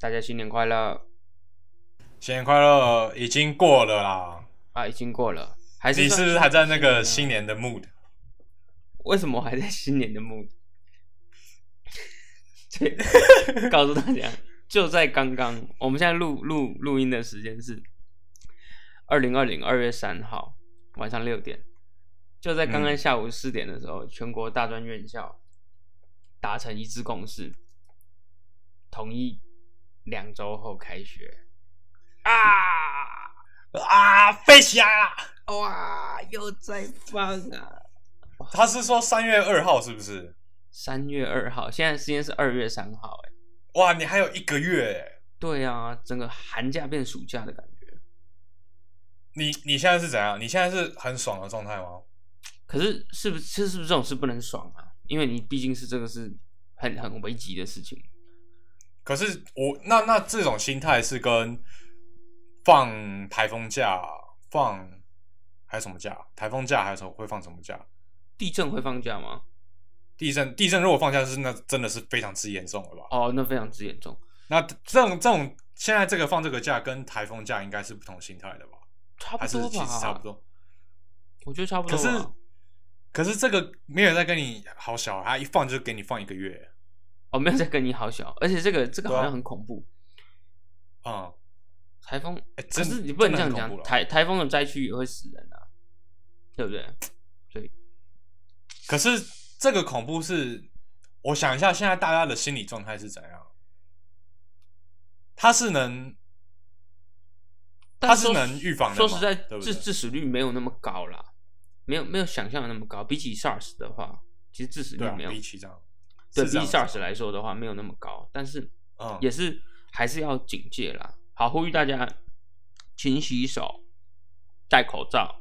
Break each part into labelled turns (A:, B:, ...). A: 大家新年快乐
B: 新年快乐！已经过了啦，
A: 啊！已经过了，还是
B: 你是
A: 算
B: 不是还在那个新年的 mood？
A: 为什么我还在新年的 mood？对，告诉大家，就在刚刚，我们现在录录录音的时间是二零二零二月三号晚上六点，就在刚刚
B: 嗯
A: 下午四点的时候，全国大专院校达成一致共识，同意两周后开学啊！
B: 啊，飞起来啦！
A: 哇，又在放啊！
B: 他是说三月二号是不是？
A: 三月二号，现在时间是二月三号，哎，
B: 哇，你还有一个月欸，
A: 对啊，整个寒假变暑假的感觉。
B: 你你现在是怎样？你现在是很爽的状态吗？
A: 可是是不是是不是这种事不能爽啊？因为你毕竟是这个是很很危急的事情。
B: 可是我那那这种心态是跟放台风假、放还有什么假？台风假还有什么会放什么假？
A: 地震会放假吗？
B: 地震地震如果放假是那真的是非常之严重了吧？
A: 哦，那非常之严重。
B: 那这种这种现在这个放这个假跟台风假应该是不同心态的吧？
A: 差不
B: 还是
A: 多
B: 其
A: 吧，
B: 实差不。多？
A: 我觉得差不
B: 可
A: 多吧。
B: 是可是这个没有在跟你好小，啊他一放就给你放一个月，
A: 哦，没有在跟你好小，而且这个这个
B: 对啊
A: 好像很恐怖。
B: 嗯，
A: 台风，
B: 哎
A: 可
B: 真
A: 是你不能这样
B: 真的很恐
A: 讲，
B: 怖了
A: 台台风的灾区也会死人啊，对不对？
B: 可是这个恐怖是，我想一下，现在大家的心理状态是怎样？他是能，
A: 但
B: 他是
A: 说
B: 能预防的
A: 说
B: 嘛
A: 实在，
B: 对不
A: 致
B: 对
A: 致死率没有那么高啦，没有没有想象的那么高。比起 SARS 的话，其实致死率
B: 对啊，
A: 没有
B: 比起这样，
A: 对
B: 是
A: 比
B: 这
A: 起
B: 样子
A: SARS
B: 啊
A: 来说的话没有那么高，但是
B: 嗯，
A: 也是还是要警戒啦。好，呼吁大家勤洗手，戴口罩，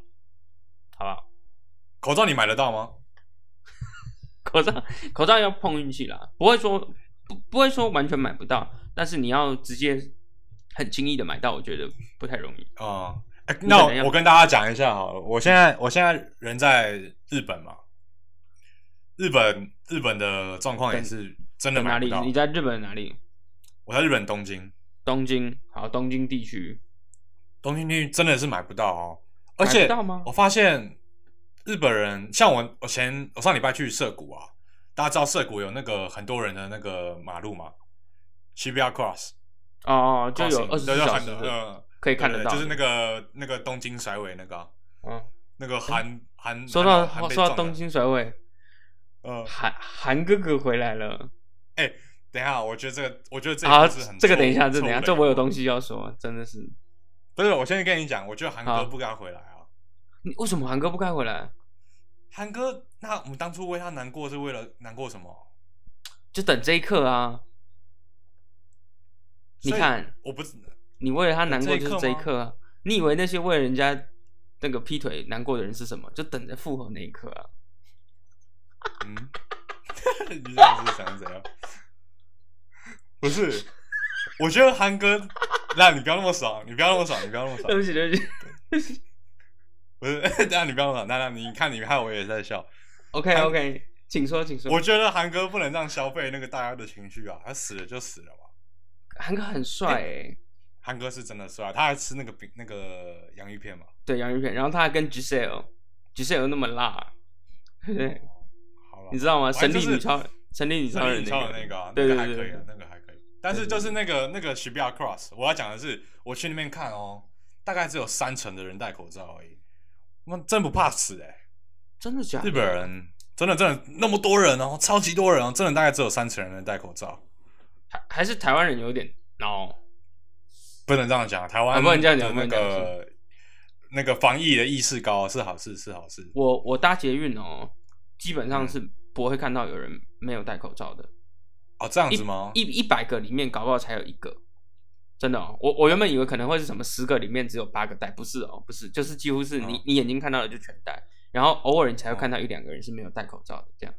A: 好不好？
B: 口罩你买得到吗？
A: 口罩口罩要碰运气啦，不会说不不会说完全买不到，但是你要直接很轻易的买到，我觉得不太容易。
B: 嗯，哎
A: 你
B: 那
A: 可能要
B: 我我跟大家讲一下好了，我现在我现在人在日本嘛，日本日本的状况也是真的
A: 哪
B: 买不
A: 里
B: 到？。
A: 你在日本哪里？
B: 我在日本东京，
A: 东京，好，东京地区。
B: 东京地区真的是买不到哦，而
A: 买
B: 且
A: 不到吗
B: 我发现日本人像我，我前我上礼拜去涩谷啊，大家知道涩谷有那个很多人的那个马路嘛，Shibuya Cross，
A: 哦，就有
B: crossing，
A: 二十
B: 对
A: 四
B: 就
A: 小
B: 很
A: 时
B: 呃
A: 可以看得
B: 对
A: 到，
B: 就是那个那个东京甩尾那个啊、
A: 嗯。
B: 那个韩韩
A: 说到
B: 韩韩
A: 说
B: 被
A: 到
B: 撞的
A: 东京甩尾，
B: 呃，
A: 韩韩哥哥回来了。
B: 等一下，我觉得这个，我觉得这一
A: 好
B: 步是很，
A: 这个
B: 错误
A: 等一下，这等一下，这我有东。
B: 错误的
A: 西要说，真的是。
B: 不是，我先跟你讲，我觉得韩
A: 好
B: 哥不该回来啊。
A: 你为什么韩哥不该回来？
B: 韩哥，那我们当初为他难过是为了难过什么？
A: 就等这一刻啊！你
B: 所以
A: 看，
B: 我不知
A: 你为了他难过
B: 等这一
A: 就是
B: 刻吗
A: 这一刻啊！你以为那些为了人家那个劈腿难过的人是什么？就等着复合那一刻啊！
B: 嗯， 你到底是想怎样？不是，我觉得韩哥， 那你不要那么爽，你不要那么爽，你不要那么
A: 对
B: 爽，
A: 不起，对不起。
B: 不是， 等一下你不要那么爽，那那你看你看我也在笑。
A: OK
B: 韩
A: OK，请说，请说。
B: 我觉得韩哥不能让消费那个大家的情绪啊，他死了就死了嘛。
A: 韩哥很帅哎。
B: 韩哥是真的帅，他还吃那个饼那个洋芋片嘛。
A: 对洋芋片，然后他还跟 Giselle，Giselle 那么辣， 对不对？
B: 好了，
A: 你知道吗？啊神
B: 反
A: 力
B: 正就是
A: 女超，神力女超
B: 超
A: 人
B: 人超人
A: 那
B: 那个啊，
A: 对
B: 那
A: 对
B: 个还
A: 对
B: 可以啊
A: 对，，
B: 那个还可以。但是就是那个那个 Shibuya Cross，我要讲的是，我去那边看哦，大概只有三成的人戴口罩而已。那真不怕死哎、
A: 真的假的？
B: 日本人真的真的那么多人哦，超级多人哦，真的大概只有三成的人戴口罩。
A: 还还是台湾人有点孬，
B: 不能这样讲，台
A: 啊
B: 湾
A: 不能这样
B: 的
A: 讲不
B: 那
A: 能这
B: 个那个防疫的意识高是好事，是好事。
A: 我我搭捷运哦，基本上是不会看到有人没有戴口罩的，
B: 哦，这样子吗？
A: 一一百个里面搞不好才有一个。真的哦，我我原本以为可能会是什么十个里面只有八个戴，不是哦，不是，就是几乎是你、
B: 嗯
A: 你眼睛看到的就全戴，然后偶尔你才会看到一两个人是没有戴口罩的这样。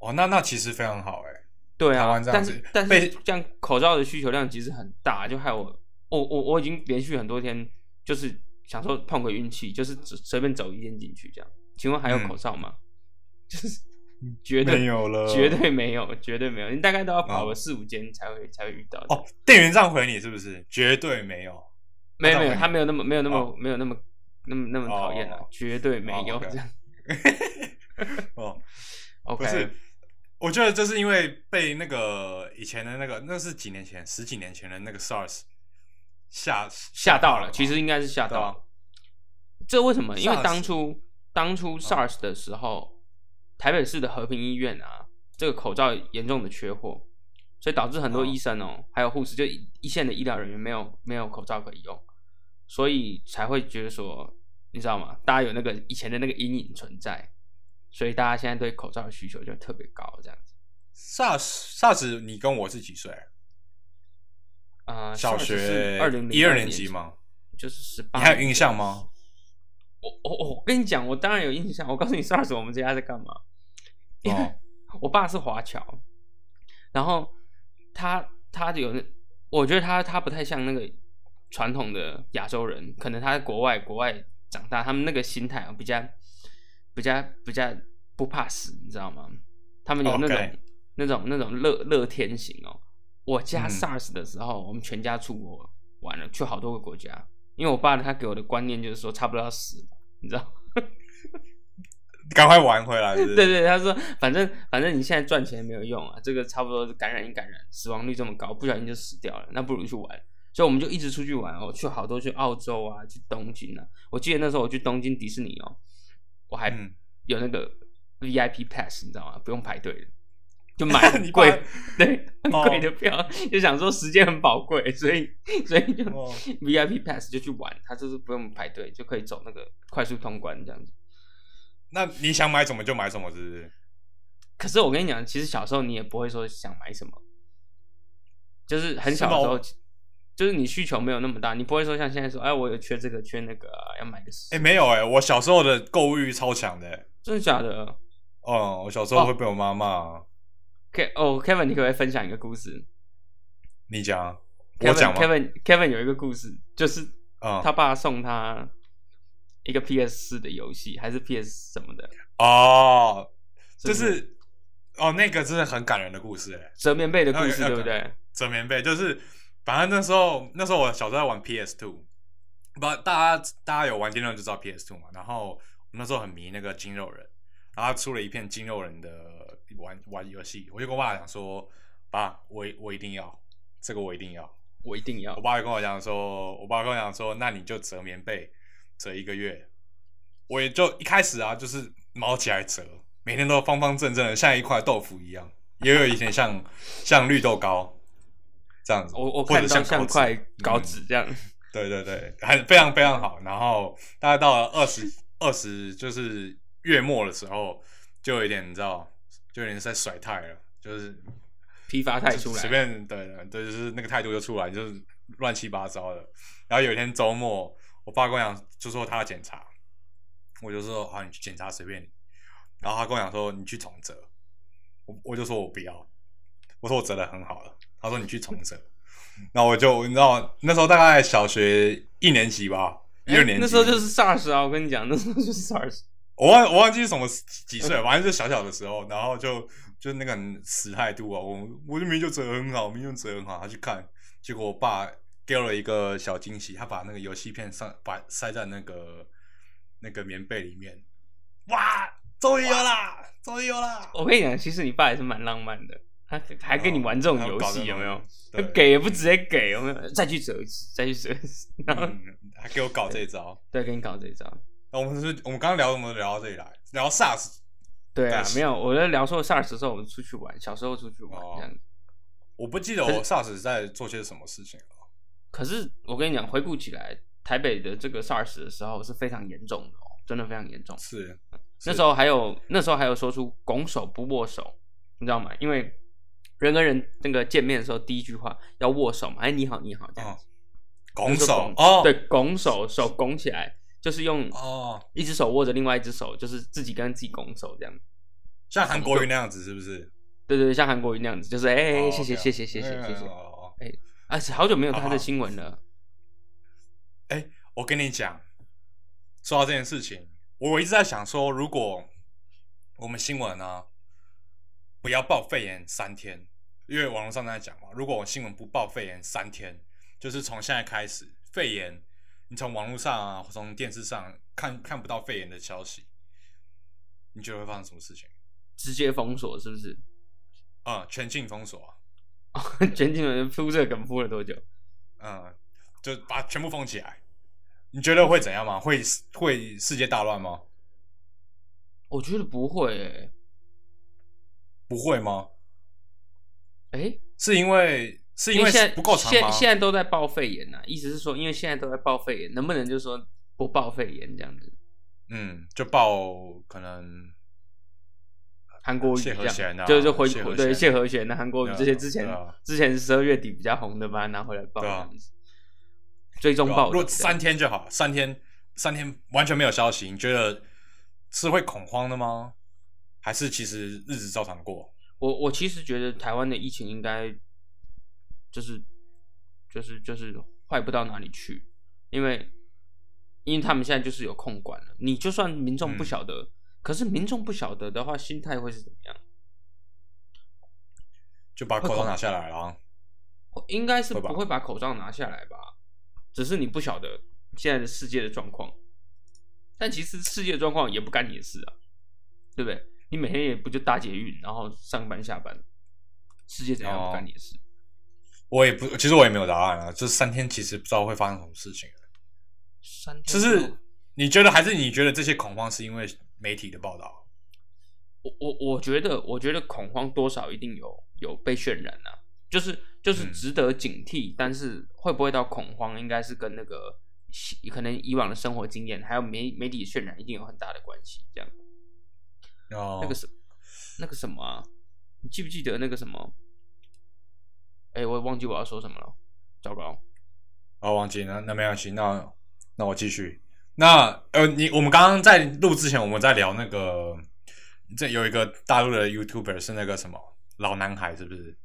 B: 哦，那那其实非常好哎、
A: 对
B: 台
A: 啊
B: 湾，这样
A: 但
B: 子
A: 是但是
B: 被
A: 这样口罩的需求量其实很大，就害我我我我已经连续很多天就是想说碰个运气，就是只随便走一间进去这样。请问还有
B: 嗯
A: 口罩吗？就是绝对
B: 没有 了，
A: 绝对没有，绝对没有，你大概都要跑
B: 哦
A: 个四五间才会才会遇到的。
B: 哦，店员这样回你是不是？绝对没有，
A: 没有没
B: 那倒
A: 有，
B: 没
A: 他没有那么没有那么、
B: 哦
A: 没有那么那么那么讨厌啊，
B: 哦
A: 绝对没有
B: 哦，OK
A: 这样。
B: 哦，
A: OK，
B: 不是，我觉得这是因为被那个以前的那个，那是几年前，十几年前的那个 SARS 吓
A: 吓到了，
B: 嘛
A: 其实应该是吓
B: 对
A: 到
B: 啊
A: 了。这为什么？因为
B: SARS 哦
A: 当初当初 SARS 的时候，台北市的和平医院啊，这个口罩严重的缺货，所以导致很多
B: 哦
A: 医生哦，还有护士，就一一线的医疗人员没有没有口罩可以用，所以才会觉得说，你知道吗？大家有那个以前的那个阴影存在，所以大家现在对口罩的需求就特别高，这样子。
B: SARS SARS，你跟我是几岁？
A: 啊、
B: 小学
A: 二零
B: 一二年级吗？？
A: 就是十八，
B: 你还有印象吗？
A: 我我我我跟你讲，我当然有印象。我告诉你，SARS 我们家在干嘛？因为
B: 哦，
A: 我爸是华侨，然后他他有那，我觉得他他不太像那个传统的亚洲人，可能他在国外国外长大，他们那个心态啊，比较比较比较不怕死，你知道吗？他们有那种
B: OK
A: 那种那种乐乐天型哦。我家
B: 嗯
A: SARS 的时候，我们全家出国玩了，去好多个国家，因为我爸他给我的观念就是说，差不多要死了，你知道吗。
B: 赶快玩回来，对
A: 对对，他说反正反正你现在赚钱没有用啊，这个差不多是感染一感染，死亡率这么高，不小心就死掉了，那不如去玩。所以我们就一直出去玩哦，去好多去澳洲啊，去东京啊。我记得那时候我去东京迪士尼哦，我还
B: 嗯
A: 有那个 VIP pass，你知道吗？不用排队的，就买很
B: 你
A: 贵
B: 把，
A: 对，很
B: 哦
A: 贵的票，就想说时间很宝贵，所以所以就
B: 哦
A: VIP pass 就去玩，它就是不用排队就可以走那个快速通关这样子。
B: 那你想买什么就买什么，是不是？
A: 可是我跟你讲，其实小时候你也不会说想买什么，就是很小的时候，
B: 哦
A: 就是你需求没有那么大，你不会说像现在说，哎，我有缺这个缺那个啊、要买个十，
B: 哎、没有哎、我小时候的购物欲超强的、欸。
A: 真的假的
B: 哦、我小时候
A: 哦
B: 会被我妈骂、
A: ？K 哦，Kevin，你可不可以分享一个故事？
B: 你讲，我讲吗？
A: Kevin，Kevin，Kevin 有一个故事，就是
B: 嗯，
A: 他爸送他一个 PS 四的游戏，还是 PS 什么的，
B: 哦，
A: 是不
B: 就
A: 是
B: 是哦，那个真的很感人的故事、欸，
A: 折棉被的故事，
B: 要要
A: 对不对？
B: 折棉被，就是反正那时候那时候我小时候在玩 PS Two，不，大家大家有玩电动就知道 PS Two 嘛。然后我那时候很迷那个筋肉人，然后出了一片筋肉人的玩玩游戏，我就跟我爸讲说，爸，我我一定要这个，我一定要。
A: 我一定要
B: 我，爸就跟我讲说，我爸跟我讲说，那你就折棉被，折一个月。我也就一开始啊，就是毛起来折，每天都方方正正的，像一块豆腐一样，也有以前像像绿豆糕这样子，
A: 我我
B: 或
A: 看
B: 者
A: 到
B: 像
A: 像
B: 稿纸
A: 块稿
B: 嗯
A: 纸这样，
B: 对对对，还非常非常好。然后大概到了二十二十，就是月末的时候，就有点你知道，就有点在甩态了，就是
A: 批发太出来
B: 随，便对对，就是那个态度就出来，就是乱七八糟的。然后有一天周末，我爸跟我讲，就说他要检查，我就说好，你去检查随便你。然后他跟我讲说你去重折，我我就说我不要，我说我折的很好了。他说你去重折，
A: 嗯
B: 然后我就你知道那时候大概小学一年级吧，一二
A: 哎
B: 年级、
A: 那时候就是 SARS 啊，我跟你讲，那时候就是 SARS。
B: 我忘我忘记是什么几岁，反正就小小的时候，然后就就那个很死态度啊，我我就明明就折得很好，明明就折得很好，他去看，结果我爸给了一个小惊喜，他把那个游戏片上把塞在那个那个棉被里面，哇，终于有啦，终于有啦，
A: 我跟你讲，其实你爸也是蛮浪漫的，他还跟你玩这种
B: 嗯
A: 游戏，有没有？？
B: 对，
A: 给也不直接给，有没有？再去折一次，再去折一 次，然后
B: 嗯，还给我搞这一招。
A: 对，给你搞这一招。
B: 那我们是，我们刚刚聊什么？聊到这里来，聊 SARS。
A: 对啊
B: 但，是
A: 没有，我在聊说 SARS 的时候，我们出去玩，小时候出去玩
B: 哦
A: 这样子。
B: 我不记得我 SARS 在做些什么事情了。
A: 可是我跟你讲，回顾起来，台北的这个 SARS 的时候是非常严重的哦，真的非常严重。
B: 是，
A: 那时候还有那时候还有说出拱手不握手，你知道吗？因为人跟人那个见面的时候，第一句话要握手嘛，哎，你好，你好，这样子。
B: 哦拱
A: 就是
B: 手哦，
A: 对，拱手，手拱起来，就是用
B: 哦，
A: 一只手握着另外一只手，就是自己跟自己拱手这样。
B: 像韩国瑜那样子是不是？
A: 对对，对像韩国瑜那样子，就是哎、哎哎
B: 哦
A: 谢谢
B: ，OK
A: 谢谢谢谢
B: 嗯
A: 谢谢
B: 哦哦哦
A: 啊！好久没有他
B: 好
A: 的
B: 好
A: 新闻了，
B: 我跟你讲，说到这件事情，我一直在想说，如果我们新闻呢、不要报肺炎三天，因为网络上在讲嘛，如果我新闻不报肺炎三天，就是从现在开始，肺炎你从网络上啊，或从电视上看看不到肺炎的消息，你觉得会发生什么事情？
A: 直接封锁是不是？
B: 啊、全境封锁啊，
A: 全金门铺这个梗铺了多久？
B: 嗯，就把它全部封起来。你觉得会怎样吗？会会世界大乱吗？
A: 我觉得不会欸诶、
B: 不会吗？
A: 欸，诶
B: 是因为是因为
A: 现在
B: 不够长
A: 现
B: 吗？
A: 现在都在报肺炎呐、意思是说，因为现在都在报肺炎，能不能就说不报肺炎这样子？
B: 嗯，就报可能
A: 韩国语
B: 谢
A: 这
B: 和弦
A: 样，
B: 啊
A: 就是就回
B: 谢和弦
A: 对谢和弦的韩国语
B: 对啊
A: 这些之前
B: 对啊
A: 之前十二月底比较红的，把它拿回来报这
B: 对啊
A: 样子，追踪
B: 对吧
A: 报道
B: 如果
A: 这样
B: 三天就好，三天三天完全没有消息，你觉得是会恐慌的吗？还是其实日子照常过？
A: 我我其实觉得台湾的疫情应该就是就是就是坏不到哪里去，因为因为他们现在就是有控管了。你就算民众不
B: 嗯
A: 晓得，可是民众不晓得的话，心态会是怎么样？
B: 就把口罩拿下来了啊？
A: 会应该是
B: 会吧
A: 不会把口罩拿下来吧？只是你不晓得现在的世界的状况，但其实世界的状况也不干你的事啊，对不对？你每天也不就搭捷运，然后上班下班，世界怎样不
B: 哦
A: 干你的事。
B: 我也不，其实我也没有答案啊。这三天其实不知道会发生什么事情。啊
A: 嗯三天
B: 就
A: 之后
B: 是你觉得还是你觉得这些恐慌是因为媒体的报道？
A: 我我我觉得，我觉得恐慌多少一定有有被渲染啊，就是就是
B: 嗯
A: 值得警惕，但是会不会到恐慌，应该是跟那个西可能以往的生活经验还有媒媒体的渲染一定有很大的关系。这样，
B: 哦
A: 那个是那个什么啊，你记不记得那个什么？哎、我也忘记我要说什么了，糟糕！
B: 哦，忘记那那没关系，那那我继续。那呃，你我们刚刚在录之前，我们在聊那个，这有一个大陆的 YouTuber 是那个什么老男孩，是不是？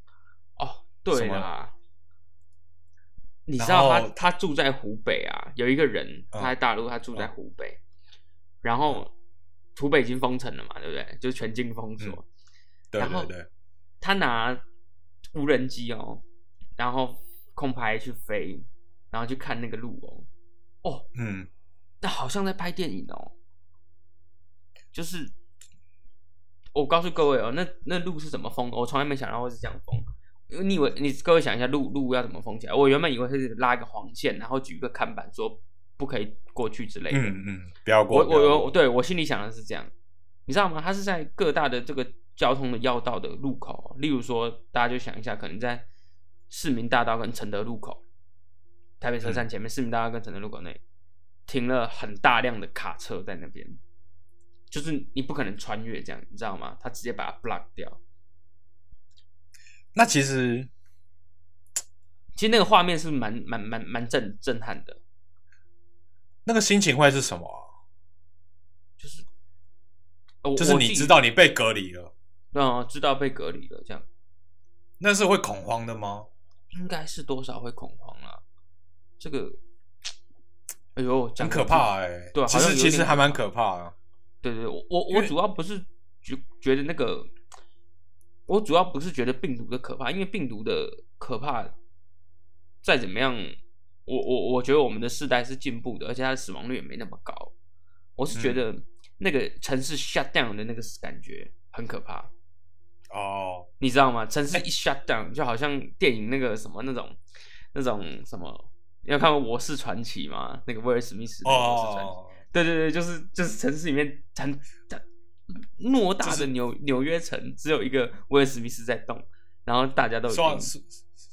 A: 哦，对
B: 什么
A: 啦，你知
B: 然
A: 道他
B: 后
A: 他住在湖北啊，有一个人他
B: 嗯
A: 在大陆，他住在湖北，然后湖北已经封城了嘛，对不对？就是全境封锁，
B: 嗯对
A: 然后
B: 对对，
A: 他拿无人机哦，然后空拍去飞，然后去看那个鹿哦，哦，
B: 嗯，
A: 那好像在拍电影哦，就是我告诉各位哦，那那路是怎么封的？我从来没想到会是这样封。你以为你各位想一下路路要怎么封起来？我原本以为是拉一个黄线，然后举一个看板说不可以过去之类的。
B: 嗯嗯，不要过，
A: 我
B: 不要
A: 我
B: 过
A: 我对我心里想的是这样，你知道吗？它是在各大的这个交通的要道的路口，哦例如说大家就想一下，可能在市民大道跟承德路口，台北车
B: 嗯
A: 站前面、市民大道跟承德路口内停了很大量的卡车在那边，就是你不可能穿越这样，你知道吗？他直接把它 block 掉。
B: 那其实
A: 其实那个画面是蛮蛮蛮蛮震震撼的，
B: 那个心情会是什么啊？
A: 就是呃我
B: 就是
A: 我
B: 你
A: 自己
B: 知道你被隔离了，
A: 嗯知道被隔离了这样。
B: 那是会恐慌的吗？
A: 应该是多少会恐慌啦。这个，哎呦，讲得
B: 很可
A: 我
B: 怕哎、
A: 对
B: 其
A: 好像
B: 实
A: 有
B: 其实
A: 点
B: 还蛮
A: 可
B: 可怕的。
A: 对对，我我
B: 因
A: 我
B: 为
A: 主要不是觉觉得那个，我主要不是觉得病毒的可怕，因为病毒的可怕，再怎么样，我我我觉得我们的世代是进步的，而且它的死亡率也没那么高。我是
B: 嗯
A: 觉得那个城市 shut down 的那个感觉很可怕。
B: 哦，
A: 你知道吗？城市一 shut down，、就好像电影那个什么那种那种什么，你有看过《我是传奇》吗？那个威尔史密斯的《我是传奇》
B: 哦，
A: 对对对，就是就是城市里面很很偌大的纽、纽约城，只有一个威尔史密斯在动，然后大家都已
B: 说到
A: 经
B: 说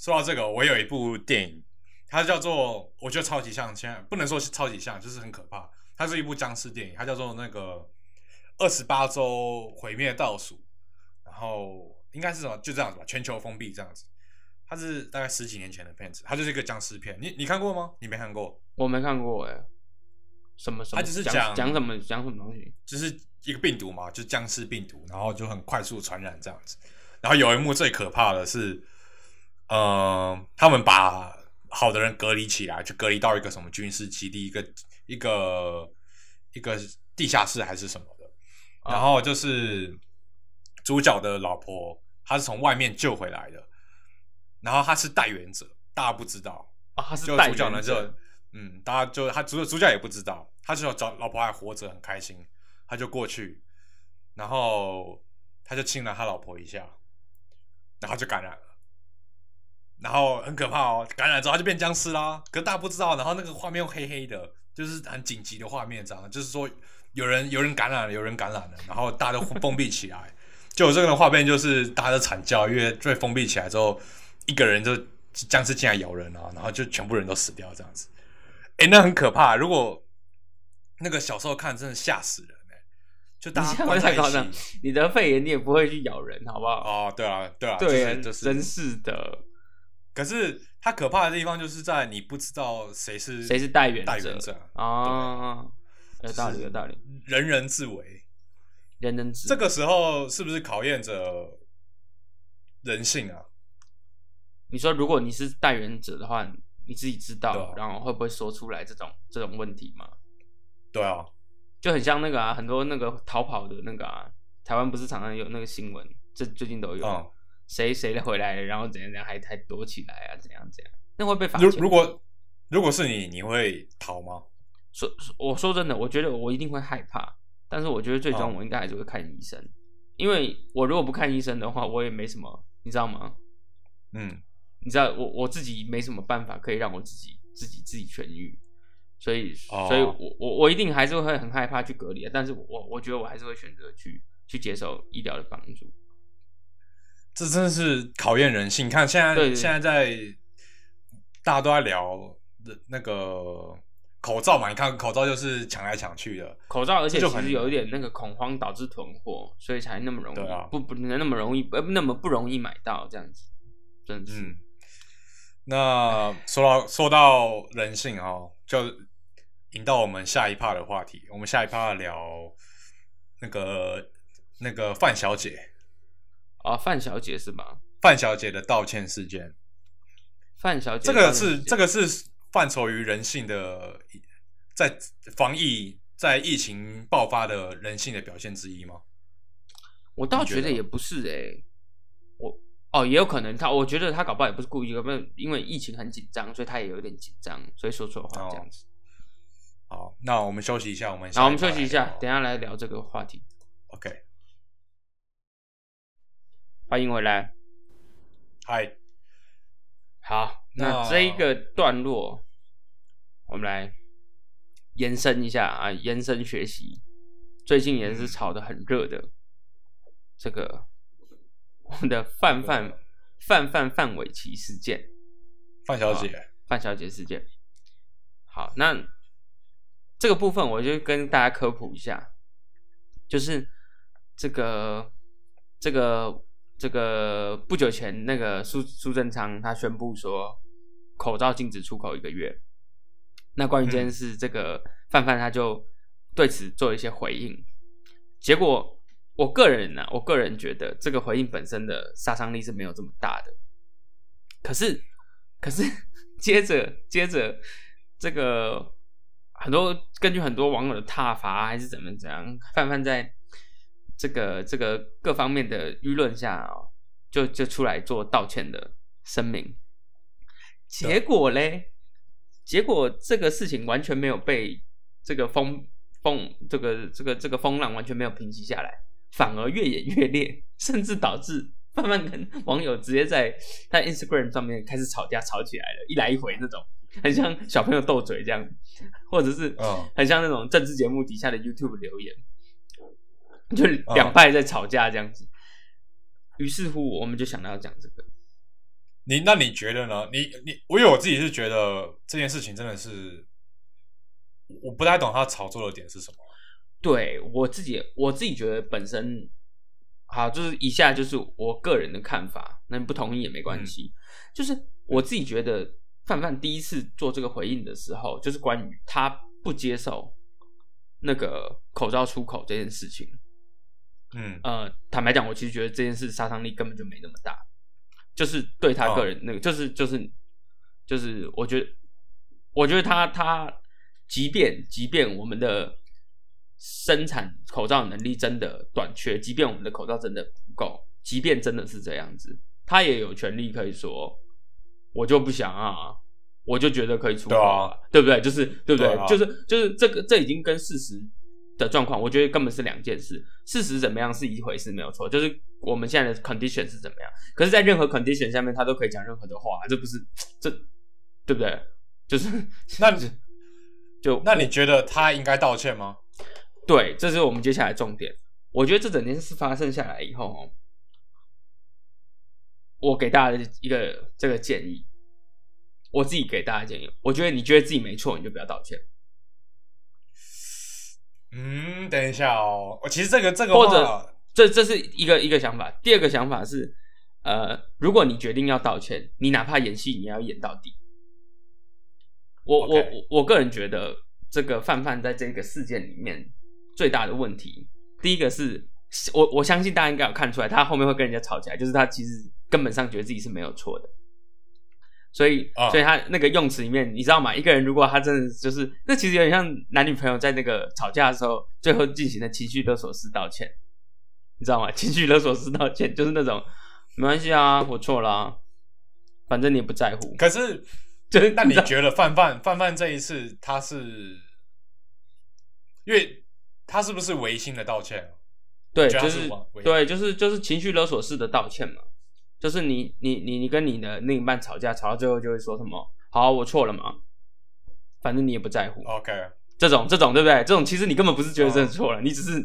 B: 说到这个，我有一部电影，它叫做我觉得超级像，现在不能说是超级像，就是很可怕。它是一部僵尸电影，它叫做那个二十八周毁灭倒数，然后应该是什么就这样子吧，全球封闭这样子。它是大概十几年前的片子，它就是一个僵尸片。你你看过吗？你没看过？
A: 我没看过哎、什么什么
B: 他就是
A: 讲
B: 讲
A: 讲什么讲什么东西？
B: 就是一个病毒嘛，就是僵尸病毒，然后就很快速传染这样子。然后有一幕最可怕的是，呃，他们把好的人隔离起来，就隔离到一个什么军事基地，一个一个一个地下室还是什么的。然后就是主角的老婆，她是从外面救回来的，然后她是代原者，大家不知道。
A: 啊，他是
B: 就
A: 代
B: 主角
A: 言
B: 呢
A: 者
B: 就嗯，大家就他主主角也不知道，他只有找老婆还活着，很开心，他就过去，然后他就亲了他老婆一下，然后就感染了。然后很可怕哦，感染之后他就变僵尸啦。可是大家不知道，然后那个画面又黑黑的，就是很紧急的画面，这样就是说有人有人感染了，有人感染了，然后大家都 封闭起来。就有这个画面，就是大家都惨叫，因为被封闭起来之后，一个人就僵尸进来咬人啊，然后就全部人都死掉这样子。哎、那很可怕。如果那个小时候看，真的吓死人哎、就大
A: 你这
B: 家
A: 样
B: 关在
A: 太
B: 一
A: 夸张
B: 起。，
A: 你得肺炎你也不会去咬人，好不好？
B: 哦，对啊，对啊，
A: 对，
B: 就是就是
A: 真是的，
B: 可是它可怕的地方就是在你不知道谁是
A: 谁是代言
B: 代
A: 者
B: 言者，
A: 啊，有道
B: 就
A: 理，
B: 是
A: 有道理，
B: 人人自危。
A: 人人知
B: 这个时候是不是考验着人性啊？
A: 你说，如果你是代言者的话，你自己知
B: 对
A: 道
B: 啊，
A: 然后会不会说出来这种这种问题吗？
B: 对啊，
A: 就很像那个啊，很多那个逃跑的那个啊，台湾不是常常有那个新闻，这最近都有，
B: 嗯
A: 谁谁回来了，然后怎样怎样，还还躲起来啊，怎样怎样，那会被罚
B: 如
A: 钱。
B: 如果如果是你，你会逃吗？
A: 说说我说真的，我觉得我一定会害怕，但是我觉得最终
B: 哦
A: 我应该还是会看医生，因为我如果不看医生的话，我也没什么，你知道吗？
B: 嗯，
A: 你知道我我自己没什么办法可以让我自己自己自己痊愈，所以、
B: 哦
A: 所以我我我一定还是会很害怕去隔离，啊但是我我觉得我还是会选择去去接受医疗的帮助。
B: 这真的是考验人性。你看现在
A: 对对
B: 现在在大家都在聊的那个口罩嘛，你看口罩就是抢来抢去的，
A: 口罩，而且
B: 就
A: 其
B: 很
A: 实有一点那个恐慌导致囤货，所以才那么容易、
B: 对啊
A: 不不那么容易呃那么不容易买到这样子，真的是、
B: 嗯，那说到说到人性哦，就引到我们下一趴的话题。我们下一趴聊那个那个范小姐，
A: 啊，范小姐是吧？
B: 范小姐的道歉事件，
A: 范小姐
B: 这
A: 道
B: 个
A: 歉
B: 是
A: 事件
B: 这个是范畴于人性的，在防疫在疫情爆发的人性的表现之一吗？
A: 我倒
B: 你觉
A: 觉
B: 得
A: 得也不是哎、我哦也有可能他，我觉得他搞不好也不是故意，有没有？因为疫情很紧张，所以他也有点紧张，所以说错话
B: 哦
A: 这样子。
B: 好，那我们休息一下，我们
A: 然后我
B: 下一哦
A: 们休
B: 趴
A: 息一
B: 来
A: 下，
B: 聊
A: 等一下来聊这个话题。
B: OK，
A: 欢迎回来。
B: 嗨，
A: 好，
B: 那
A: 那这一个段落，我们来延伸一下啊，延伸学习。最近也是
B: 嗯
A: 炒得很热的，这个我们的范范范范范玮琪事件。
B: 范小姐，
A: 范小姐事件。好，那这个部分我就跟大家科普一下，就是这个这个这个不久前那个苏苏贞昌他宣布说，口罩禁止出口一个月。那关于这件事，这个范范他就对此做一些回应，结果。我个人呢、我个人觉得这个回应本身的杀伤力是没有这么大的，可是，可是接着接着这个很多根据很多网友的挞伐啊还是怎么怎样，范范在这个这个各方面的舆论下哦，就就出来做道歉的声明。结果嘞，结果这个事情完全没有被这个风风这个这个这个风浪完全没有平息下来。反而越演越烈， 甚至导致范范跟网友直接在他 Instagram 上面开始吵架，吵起来了，一来一回那种，很像小朋友斗嘴这样，或者是
B: 嗯
A: 很像那种政治节目底下的 YouTube 留言，就两派在吵架这样子。于是乎，我们就想到要讲这个，
B: 你那你觉得呢？你你，我有我自己是觉得这件事情真的是，我我不太懂他炒作的点是什么。
A: 对我自己，我自己觉得本身好，就是以下就是我个人的看法，那你不同意也没关系。就是我自己觉得范范第一次做这个回应的时候，就是关于他不接受那个口罩出口这件事情。
B: 嗯
A: 呃，坦白讲，我其实觉得这件事杀伤力根本就没那么大，就是对他个人那
B: 哦
A: 个，就是就是就是，我觉得，我觉得他他，即便即便我们的生产口罩能力真的短缺，即便我们的口罩真的不够，即便真的是这样子，他也有权利可以说，我就不想啊，我就觉得可以出口
B: 对啊
A: 对不对？就是对不对？
B: 对啊
A: 就是就是这个，这已经跟事实的状况，我觉得根本是两件事。事实怎么样是一回事，没有错，就是我们现在的 condition 是怎么样。可是，在任何 condition 下面，他都可以讲任何的话，这不是这对不对？就是
B: 那
A: 就
B: 那你觉得他应该道歉吗？
A: 对，这是我们接下来的重点。我觉得这整件事发生下来以后哦，我给大家一个这个建议，我自己给大家建议，我觉得你觉得自己没错，你就不要道歉，
B: 嗯，等一下哦，我其实这个这个
A: 或
B: 话
A: 者，这这是一个一个想法。第二个想法是，呃，如果你决定要道歉，你哪怕演戏，你也要演到底。我我
B: OK
A: 我我个人觉得，这个范范在这个事件里面最大的问题，第一个是我我相信大家应该有看出来，他后面会跟人家吵起来，就是他其实根本上觉得自己是没有错的。所以
B: 啊，
A: 所以他那个用词里面，你知道吗？一个人如果他真的就是，那其实有点像男女朋友在那个吵架的时候，最后进行的情绪勒索式道歉，你知道吗？情绪勒索式道歉就是那种，没关系啊，我错了、啊，反正你也不在乎。
B: 可是
A: 就是
B: 那你
A: 知道
B: 觉得范范范范这一次他是，因为他是不是违心的道歉？
A: 对，
B: 觉
A: 就
B: 得他
A: 是
B: 是往回
A: 对，就是就是情绪勒索式的道歉嘛，就是你你你你跟你的另一半吵架，吵到最后就会说什么“好，我错了嘛”，反正你也不在乎，
B: OK，
A: 这种这种对不对？这种其实你根本不是觉得
B: 哦
A: 真的错了，你只是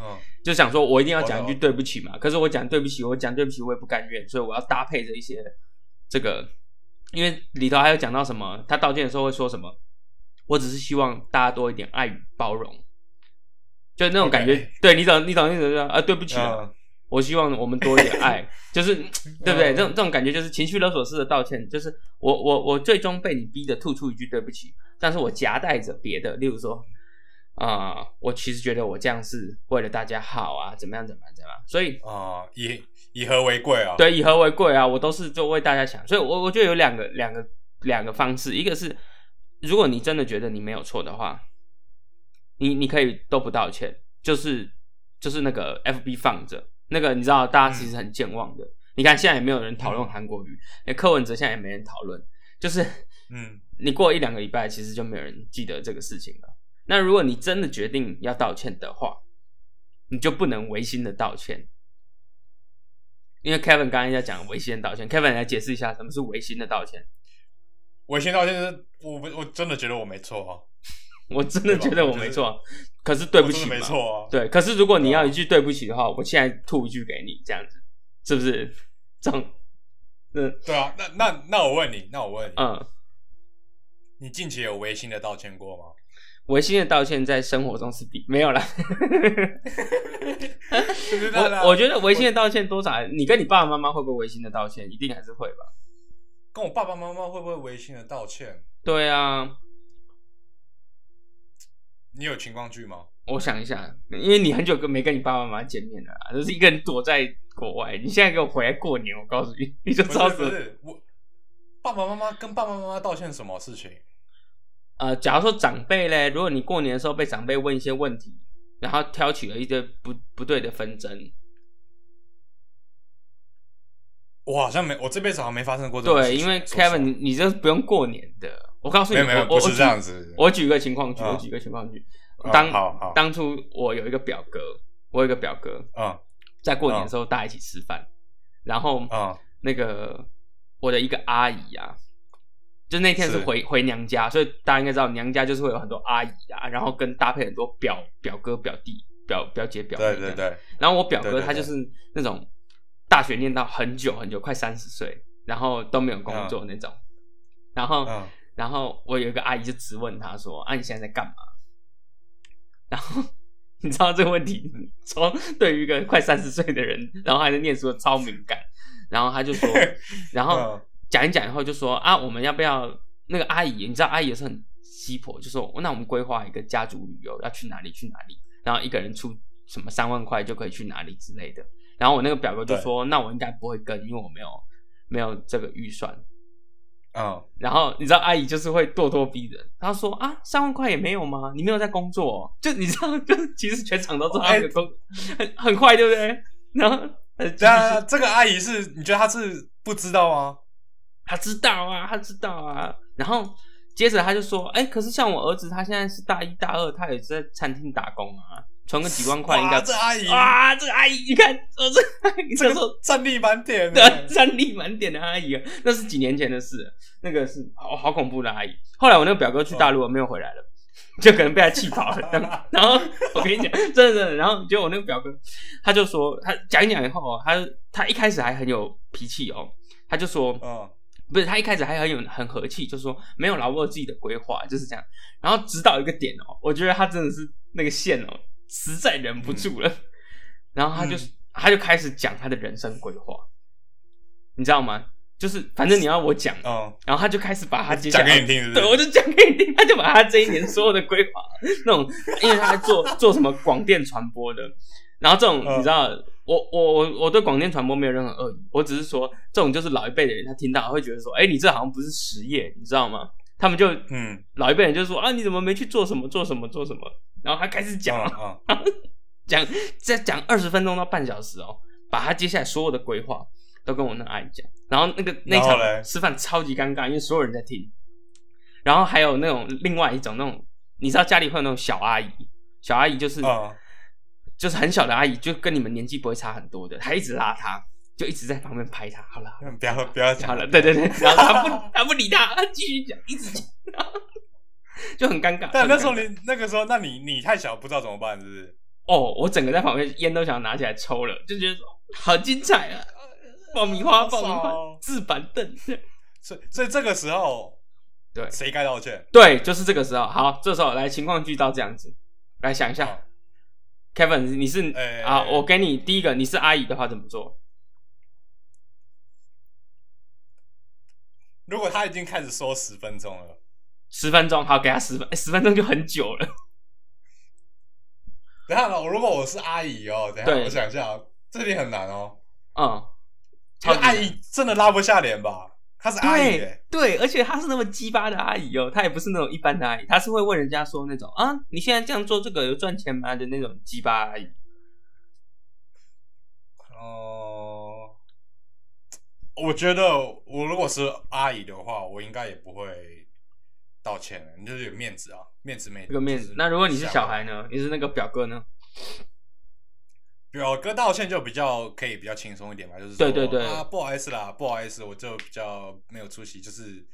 B: 嗯，
A: 就想说，我一定要讲一句
B: 我懂
A: 对不起嘛。可是我讲对不起，我讲对不起，我也不甘愿，所以我要搭配着一些这个，因为里头还有讲到什么，他道歉的时候会说什么，我只是希望大家多一点爱与包容，就那种感觉。
B: OK
A: 对你懂，你懂意思啊？对不起啊，
B: 嗯
A: 我希望我们多一点爱，就是对不对？
B: 嗯
A: 这种这种感觉就是情绪勒索式的道歉，就是我我我最终被你逼的吐出一句对不起，但是我夹带着别的，例如说啊、我其实觉得我这样是为了大家好啊，怎么样怎么样怎么样，所以
B: 啊，以以和为贵啊。，
A: 对，以和为贵啊，我都是就为大家想，所以我我觉得有两个两个两个方式，一个是如果你真的觉得你没有错的话，你你可以都不道歉，就是就是那个 FB 放着那个，你知道大家其实很健忘的，你看现在也没有人讨论韩国瑜，连柯文哲现在也没人讨论，就是
B: 嗯，
A: 你过一两个礼拜，其实就没有人记得这个事情了。那如果你真的决定要道歉的话，你就不能违心的道歉，因为 Kevin 刚刚在讲违心的道歉，Kevin 来解释一下什么是违心的道歉。
B: 违心道歉是，我不我真的觉得我没错啊，
A: 我真的觉得我没错，可是对不
B: 我
A: 起
B: 真
A: 嘛
B: 的没，错啊。
A: 对，可是如果你要一句对不起的话，我现在吐一句给你，这样子是不是？这样，嗯
B: 对啊，那那那我问你，那我问你，
A: 嗯，
B: 你近期有违心的道歉过 吗？
A: 违心的道歉在生活中是比没有啦。
B: 对不对啊
A: 我我觉得违心的道歉多少，你跟你爸爸妈妈会不会违心的道歉？一定还是会吧。
B: 跟我爸爸妈妈会不会违心的道歉？
A: 对啊，
B: 你有情况剧吗？
A: 我想一下，因为你很久跟没跟你爸爸妈妈见面了啊，就是一个人躲在国外。你现在给我回来过年，我告诉你，你就
B: 不
A: 知
B: 是
A: 道
B: 不
A: 死。
B: 是，我爸爸妈妈跟爸爸妈妈道歉什么事情？
A: 呃，假如说长辈嘞，如果你过年的时候被长辈问一些问题，然后挑起了一堆不不对的纷争，
B: 我好像没，我这辈子好像没发生过这种事
A: 对，
B: 情。
A: 因为
B: 说实话
A: Kevin 你你这是不用过年的。我告诉你，
B: 没有没有
A: 我我
B: 不是
A: 我
B: 这样
A: 举
B: 子
A: 我举个情况剧，
B: 嗯
A: 我举个情况剧。
B: 嗯
A: 当
B: 好好
A: 当初我有一个表哥，我有一个表哥，
B: 嗯
A: 在过年的时候大家一起吃饭，然后
B: 嗯
A: 那个我的一个阿姨啊，就那天是
B: 是
A: 回回娘家，所以大家应该知道娘家就是会有很多阿姨啊，然后跟搭配很多表表哥、表弟、表表姐、表妹
B: 对
A: 这
B: 对
A: 样。
B: 对，
A: 然后我表
B: 对
A: 哥
B: 对
A: 他就是那种大学念到很久很久，快三十岁，然后都没有工作那种。然后，
B: 嗯
A: 然后我有一个阿姨就质问他说：“啊，你现在在干嘛？” 然后你知道这个问题，从对于一个快三十岁的人，然后还在念书的超敏感，然后他就说，然后
B: 嗯
A: 讲一讲以后就说啊，我们要不要那个阿姨？你知道阿姨也是很鸡婆，就说那我们规划一个家族旅游，要去哪里去哪里，然后一个人出什么三万块就可以去哪里之类的。然后我那个表哥就说，那我应该不会跟，因为我没有没有这个预算。
B: 嗯，
A: 然后你知道阿姨就是会咄咄逼人，她说啊，三万块也没有吗？你没有在工作哦、就你知道， 就是其实全场都知道她有工，很很快，对不对？然后呃，
B: 哎对啊，这个阿姨是你觉得她是不知道吗？
A: 他知道啊，他知道啊。然后接着他就说：“哎、可是像我儿子，他现在是大一大二，他也是在餐厅打工啊，存个几万块应该
B: 哇，这阿姨
A: 啊，这个阿姨，你看，我这个阿姨
B: 这
A: 这时候
B: 个战力满点欸
A: 对，啊
B: 的，
A: 战力满点的阿姨啊，那是几年前的事了，那个是好好恐怖的阿姨。后来我那个表哥去大陆，没有回来了，就可能被他气跑了。然后然后我跟你讲，真的真的，然后结果我那个表哥他就说，他讲一讲以后哦，他他一开始还很有脾气哦，他就说，
B: 嗯，
A: 不是，他一开始还很有很和气，就说没有啦，我有自己的规划，就是这样。然后直到一个点哦、我觉得他真的是那个线哦、实在忍不住了，然后他就、
B: 嗯
A: 他就开始讲他的人生规划，你知道吗？就是反正你要我讲，
B: 嗯，
A: 然后他就开始把他接下
B: 讲
A: 来
B: 给你听是不 是
A: 对，我就讲给你听，他就把他这一年所有的规划，那种，因为他还做做什么广电传播的，然后这种
B: 嗯
A: 你知道，我我我我对广电传播没有任何恶意，我只是说这种就是老一辈的人，他听到会觉得说，哎、你这好像不是实业，你知道吗？他们就
B: 嗯，
A: 老一辈人就说啊，你怎么没去做什么做什么做什么？然后他开始讲
B: 嗯嗯
A: 讲再讲二十分钟到半小时哦，把他接下来所有的规划都跟我那个阿姨讲，然后那个那一
B: 然后
A: 场
B: 嘞
A: 吃饭超级尴尬，因为所有人在听，然后还有那种另外一种那种，你知道家里会有那种小阿姨，小阿姨就是、
B: 嗯
A: 就是很小的阿姨，就跟你们年纪不会差很多的，她一直拉她，就一直在旁边拍她，好了好了
B: 嗯，不要不要
A: 好
B: 讲
A: 了，对对对，然后她不她不理他，她继续讲，一直讲，然后就很尴尬。很
B: 但啊那时
A: 尴
B: 候
A: 尬
B: 你那个时候，那你你太小，不知道怎么办，是不是？
A: 哦，我整个在旁边烟都想拿起来抽了，就觉得好精彩啊！爆米花，
B: 好
A: 爆米
B: 爽
A: 花
B: 哦，
A: 自板凳。
B: 所以所以这个时候，
A: 对
B: 谁该道歉？
A: 对，就是这个时候。好，这时候来情况剧到这样子，来想一下
B: 好
A: ，Kevin，你是、
B: 哎
A: 啊，我给你第一个，你是阿姨的话怎么做？
B: 如果他已经开始说十分钟了，
A: 十分钟，好，给他十分，哎十分钟就很久了。
B: 等一下呢，如果我是阿姨哦，等一
A: 对
B: 下我想一下哦，这里很难哦，
A: 嗯，
B: 因为
A: 级
B: 阿
A: 难
B: 姨真的拉不下脸吧？她是阿姨、
A: 对
B: 欸，
A: 对，而且她是那么鸡巴的阿姨哦，她也不是那种一般的阿姨，她是会问人家说那种啊，你现在这样做这个有赚钱吗的那种鸡巴阿姨。
B: 哦、我觉得我如果是阿姨的话，我应该也不会道歉的，你就是有面子啊，面子没
A: 这个面子。那如果你是小孩，呢？你是那个表哥
B: 嗯
A: 呢？
B: 表啊哥道歉就比较可以比较轻松一点吧，就是说
A: 对对对
B: 啊，不好意思啦，不好意思，我就比较没有出息，就是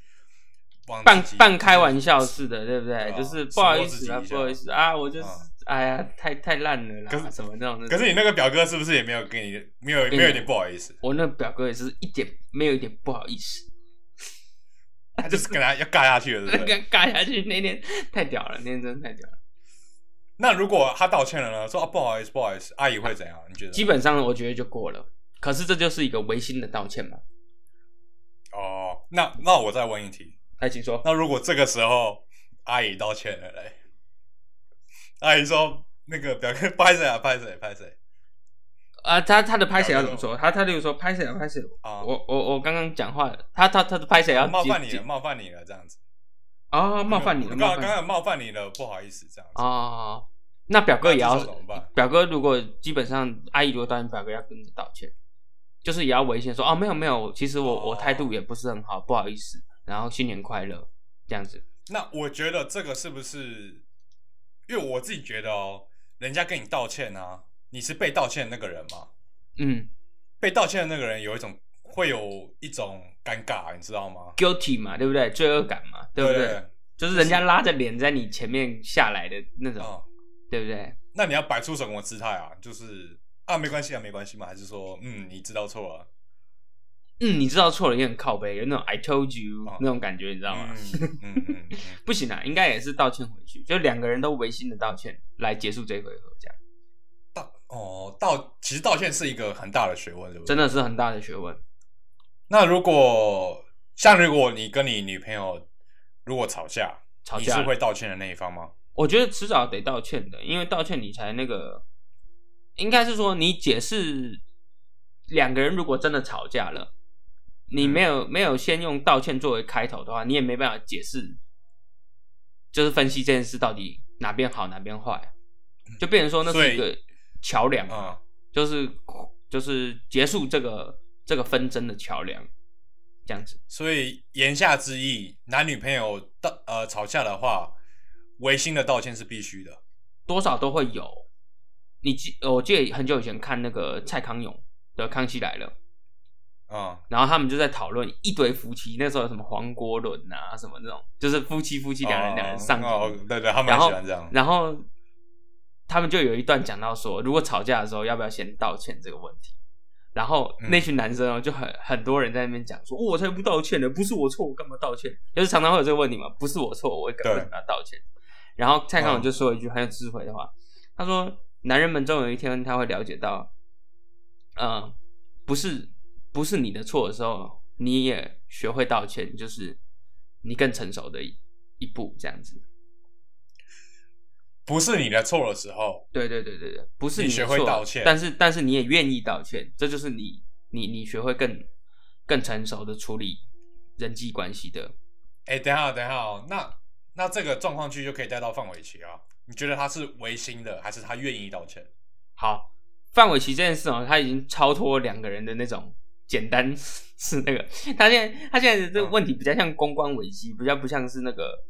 B: 忘
A: 半
B: 自己
A: 半开玩笑似的，对不对？
B: 对啊
A: 就是不好意
B: 手握自
A: 思
B: 己
A: 啊
B: 一，下
A: 不好意思啊，我就是
B: 嗯
A: 哎呀，太太烂了
B: 可
A: 啦，
B: 是
A: 什么那种
B: 可
A: 的。
B: 是你那个表哥是不是也没有给你没有
A: 对
B: 没有一点不好意思？
A: 我那表哥也是一点没有一点不好意思，
B: 他就是跟他要尬下去了，对不
A: 跟
B: 对？
A: 尬下去那天太屌了，那天真的太屌了。
B: 那如果他道歉了呢？说啊不好意思不好意思，阿姨会怎样？你觉得？
A: 基本上我觉得就过了，可是这就是一个违心的道歉嘛。
B: 哦，那那我再问一题，
A: 哎，请说。
B: 那如果这个时候阿姨道歉了嘞， 阿姨说那个表哥拍谁啊拍谁拍谁
A: 啊，他他的拍谁要怎么说？他他例如说拍谁啊拍谁？
B: 啊？
A: 我我我刚刚讲话，他他他的拍谁要
B: 哦冒犯你
A: 接
B: 了冒犯你了这样子，
A: 哦，冒犯你了，
B: 刚
A: 冒犯
B: 刚
A: 你了
B: 刚。刚冒犯你了，不好意思这样子。
A: 哦，那表哥也要
B: 那这时候怎么办
A: 表哥如果基本上阿姨如果答应表哥要跟着道歉，就是也要违心说哦没有没有，其实我、我
B: 哦
A: 态度也不是很好，不好意思，然后新年快乐这样子。
B: 那我觉得这个是不是？因为我自己觉得哦，人家跟你道歉啊，你是被道歉的那个人嘛？
A: 嗯
B: 被道歉的那个人有一种会有一种尴尬，你知道吗？
A: ，guilty 嘛，对不对？罪恶感嘛，对不对？就是人家拉着脸在你前面下来的那种，
B: 嗯，
A: 对不对？
B: 那你要摆出什么姿态啊？就是啊，没关系啊，没关系嘛，还是说嗯，你知道错了？
A: 嗯，你知道错了也很靠背，有那种 I told you、
B: 哦
A: 那种感觉，你知道啊吗？
B: 嗯嗯嗯嗯，
A: 不行啊，应该也是道歉回去，就两个人都违心的道歉来结束这回合，这样
B: 道哦道，其实道歉是一个很大的学问，对不对？
A: 真的是很大的学问。
B: 那如果像如果你跟你女朋友如果吵架，
A: 吵
B: 你
A: 架
B: 是
A: 了
B: 会道歉的那一方吗？
A: 我觉得迟早得道歉的，因为道歉你才那个，应该是说你解释两个人如果真的吵架了，你没有没有先用道歉作为开头的话，你也没办法解释，就是分析这件事到底哪边好哪边坏，就变成说那是一
B: 所
A: 个桥梁嘛，
B: 啊、
A: 就是就是结束这个这个纷争的桥梁，这样子。
B: 所以言下之意，男女朋友道呃吵架的话，违心的道歉是必须的。
A: 多少都会有。你记，呃我记得很久以前看那个蔡康永的《康熙来了》，
B: 啊、
A: 然后他们就在讨论一堆夫妻，那时候有什么黄国伦啊，什么这种，就是夫妻夫妻两人
B: 哦
A: 两人上床，
B: 哦，对对，他们
A: 然
B: 很
A: 后
B: 喜欢这样。
A: 然后他们就有一段讲到说，如果吵架的时候要不要先道歉这个问题。然后
B: 嗯
A: 那群男生哦，就很很多人在那边讲说，哦我才不道歉呢，不是我错，我干嘛道歉？就是常常会有这个问题嘛，不是我错，我干
B: 对
A: 为什么要道歉？然后蔡康永
B: 嗯
A: 就说一句很有智慧的话，他说：“男人们终有一天他会了解到，呃，不是不是你的错的时候，你也学会道歉，就是你更成熟的一一步，这样子。”
B: 不是你的错的时候，
A: 对对对对对，不是
B: 你
A: 的
B: 学会
A: 错
B: 道歉
A: 但是但是你也愿意道歉，这就是你你你学会更更成熟的处理人际关系的。
B: 哎，等一下等一下哦，那那这个状况剧就可以带到范玮琪啊？你觉得他是违心的，还是他愿意道歉？
A: 好，范玮琪这件事哦，他已经超脱两个人的那种简单是那个，他现在他现在的
B: 嗯
A: 这个问题比较像公关危机，比较不像是那个，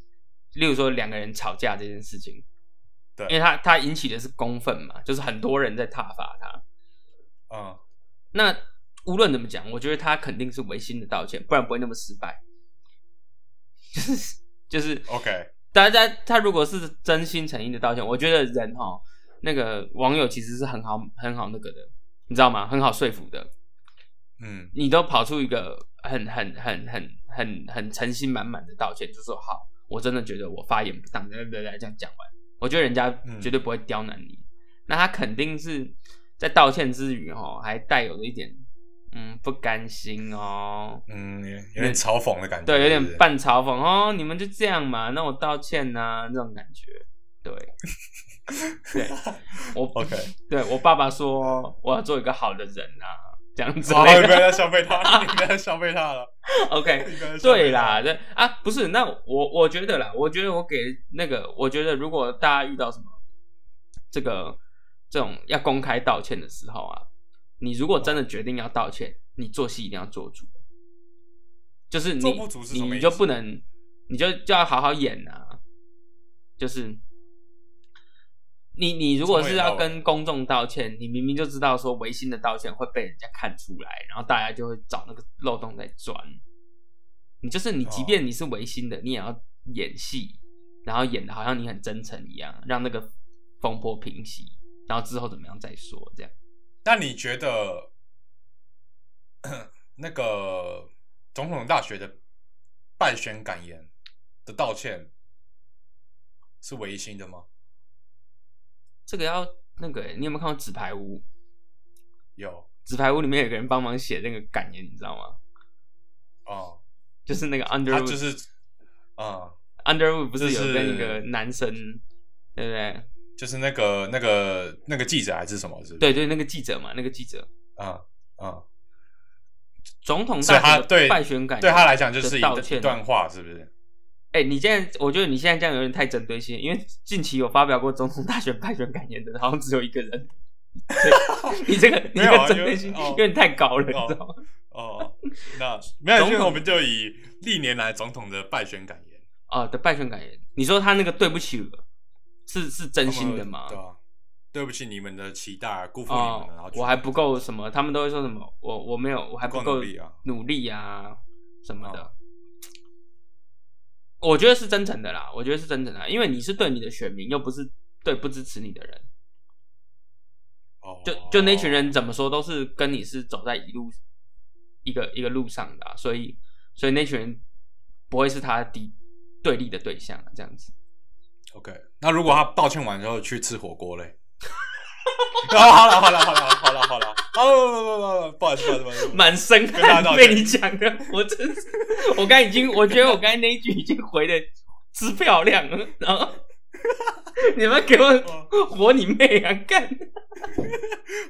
A: 例如说两个人吵架这件事情，
B: 对
A: 因为他他引起的是公愤嘛，就是很多人在挞伐他，
B: 嗯，
A: 那无论怎么讲，我觉得他肯定是违心的道歉，不然不会那么失败。 就是就是
B: OK
A: 大家他如果是真心诚意的道歉，我觉得人哈那个网友其实是很好很好那个的，你知道吗？很好说服的。
B: 嗯，
A: 你都跑出一个很很很很很很诚心满满的道歉，就说好，我真的觉得我发言不当，来来来这样讲完，我觉得人家
B: 嗯
A: 绝对不会刁难你。那他肯定是在道歉之余哦，还带有了一点嗯不甘心哦，
B: 嗯，有有点嘲讽的感觉，
A: 对，有
B: 是不
A: 点
B: 是
A: 半嘲讽哦，你们就这样嘛，那我道歉呐、那种感觉，对，对我
B: OK。
A: 对我爸爸说 我要做一个好的人啊，这样子
B: 好，你不
A: 类
B: 要
A: 的
B: 再消费他，你不要再消费他了。
A: ，OK，
B: 你不要再消费他
A: 对啦，，对啊，不是，那我我觉得啦，我觉得我给那个，我觉得如果大家遇到什么这个这种要公开道歉的时候啊，你如果真的决定要道歉，你做戏一定要做足，就是你
B: 做不足是什么意思
A: 你就不能，你就就要好好演啊，就是。你你如果是要跟公众道歉，你明明就知道说违心的道歉会被人家看出来，然后大家就会找那个漏洞在钻。你就是你，即
B: 哦
A: 便你是违心的，你也要演戏，然后演的好像你很真诚一样，让那个风波平息，然后之后怎么样再说，这样。
B: 那你觉得 那个总统大学的败选感言的道歉是违心的吗？
A: 这个要那个欸、你有没有看过《纸牌屋》？
B: 有
A: 《纸牌屋》里面有个人帮忙写那个感言，你知道吗？
B: 啊、
A: 就是那个
B: 他
A: Underwood，、
B: 就是啊、
A: Underwood 不是
B: 就
A: 有
B: 是
A: 跟一个男生，对不对？
B: 就是那个那个那个记者还是什么？是不是
A: 对对，那个记者嘛，那个记者，
B: 啊啊、
A: 总统
B: 所以
A: 大
B: 他
A: 学
B: 对
A: 的败选感言
B: 对他来讲就是一
A: 道歉
B: 一段话，是不是？
A: 哎、你现在我觉得你现在这样有点太针对性，因为近期有发表过总统大选败选感言的，好像只有一个人。 对你这个你这
B: 没有啊
A: 个针对性
B: 因为哦
A: 有点太高了，你
B: 哦
A: 知道吗？
B: 哦，那没有，
A: 总统
B: 因为我们就以历年来总统的败选感言，
A: 啊的败选感言，你说他那个对不起了，是是真心的吗
B: 他们？对啊，对不起你们的期待，啊辜负你们了，然
A: 哦
B: 后，去
A: 我还不够什么，他们都会说什么，我我没有，我还
B: 不够
A: 够
B: 努力啊哦
A: 努力啊什么的。我觉得是真诚的啦，我觉得是真诚的啦，因为你是对你的选民，又不是对不支持你的人。
B: 哦
A: 就就那群人怎么说都是跟你是走在一路一个一个路上的啊、所以所以那群人不会是他敌对立的对象啊，这样子。
B: OK，那如果他道歉完之后去吃火锅嘞？啊，好了好了好了好了好了，好了不好意思不好意思不好意思，
A: 满身
B: 跟大家
A: 汗
B: 道歉
A: 被你讲的，我真是，我刚才已经，我觉得我刚才那一句已经回的之漂亮了，然后你们给我活你妹啊，干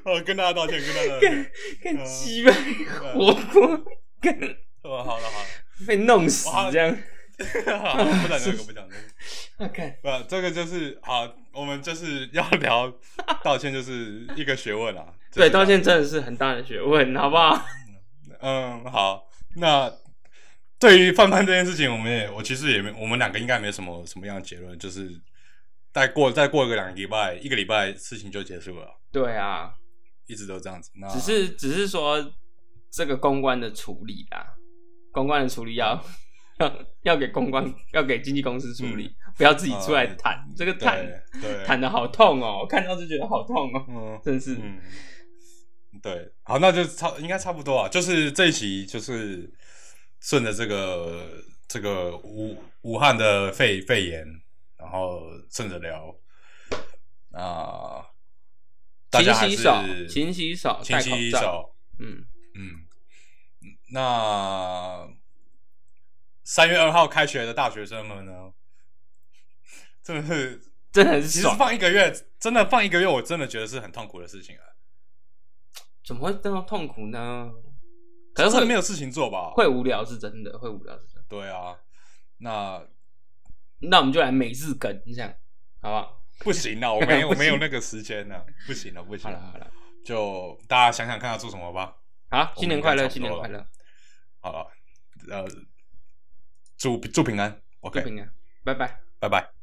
B: 呃跟大家道歉跟大家道歉，
A: 干鸡巴火锅，干被弄死
B: 哇
A: 这样。
B: 好不讲这个，不讲这个。
A: 啊，看，
B: 不，这个就是好，我们就是要聊道歉，就是一个学问啊。就是
A: 对，道歉真的是很大的学问，好不好？
B: 嗯，好，那对于范范这件事情，我们也我其实也没，我们两个应该没什么什么样的结论，就是再过再过一个两个礼拜，一个礼拜事情就结束了，
A: 对啊，
B: 一直都这样子。那
A: 只是只是说这个公关的处理啦，公关的处理要 要要给公关要给经纪公司处理，不要自己出来
B: 呃
A: 谈、这个谈
B: 对对
A: 谈的好痛哦，我看到就觉得好痛哦，
B: 嗯
A: 真是、
B: 嗯，对，好，那就差应该差不多啊，就是这一期就是顺着这个这个武武汉的肺肺炎，然后顺着聊啊、大
A: 勤
B: 家还
A: 洗
B: 是
A: 手，勤洗手，
B: 勤
A: 戴口
B: 洗
A: 罩，
B: 手，
A: 嗯，
B: 嗯，那三月二号开学的大学生们呢， 真的是
A: 真的很
B: 其实
A: 爽，
B: 放一个月，真的放一个月，我真的觉得是很痛苦的事情啊。
A: 怎么会这么痛苦呢？可是
B: 真的
A: 会
B: 没有事情做吧？
A: 会无聊是真的，会无聊是真的。
B: 对啊，那
A: 那我们就来每日梗这样，好不好？
B: 不行啊，我没 有
A: 不
B: 我
A: 行
B: 没有那个时间呢、不行啊了、不行
A: 好了
B: 了、
A: 好了，
B: 就大家想想看要做什么吧。
A: 好，新年快
B: 我
A: 乐，
B: 们应
A: 新
B: 该
A: 年
B: 差不
A: 快
B: 多
A: 乐
B: 了，好了，呃，祝祝平安
A: 祝
B: ，OK，
A: 平安，拜拜。
B: 拜拜。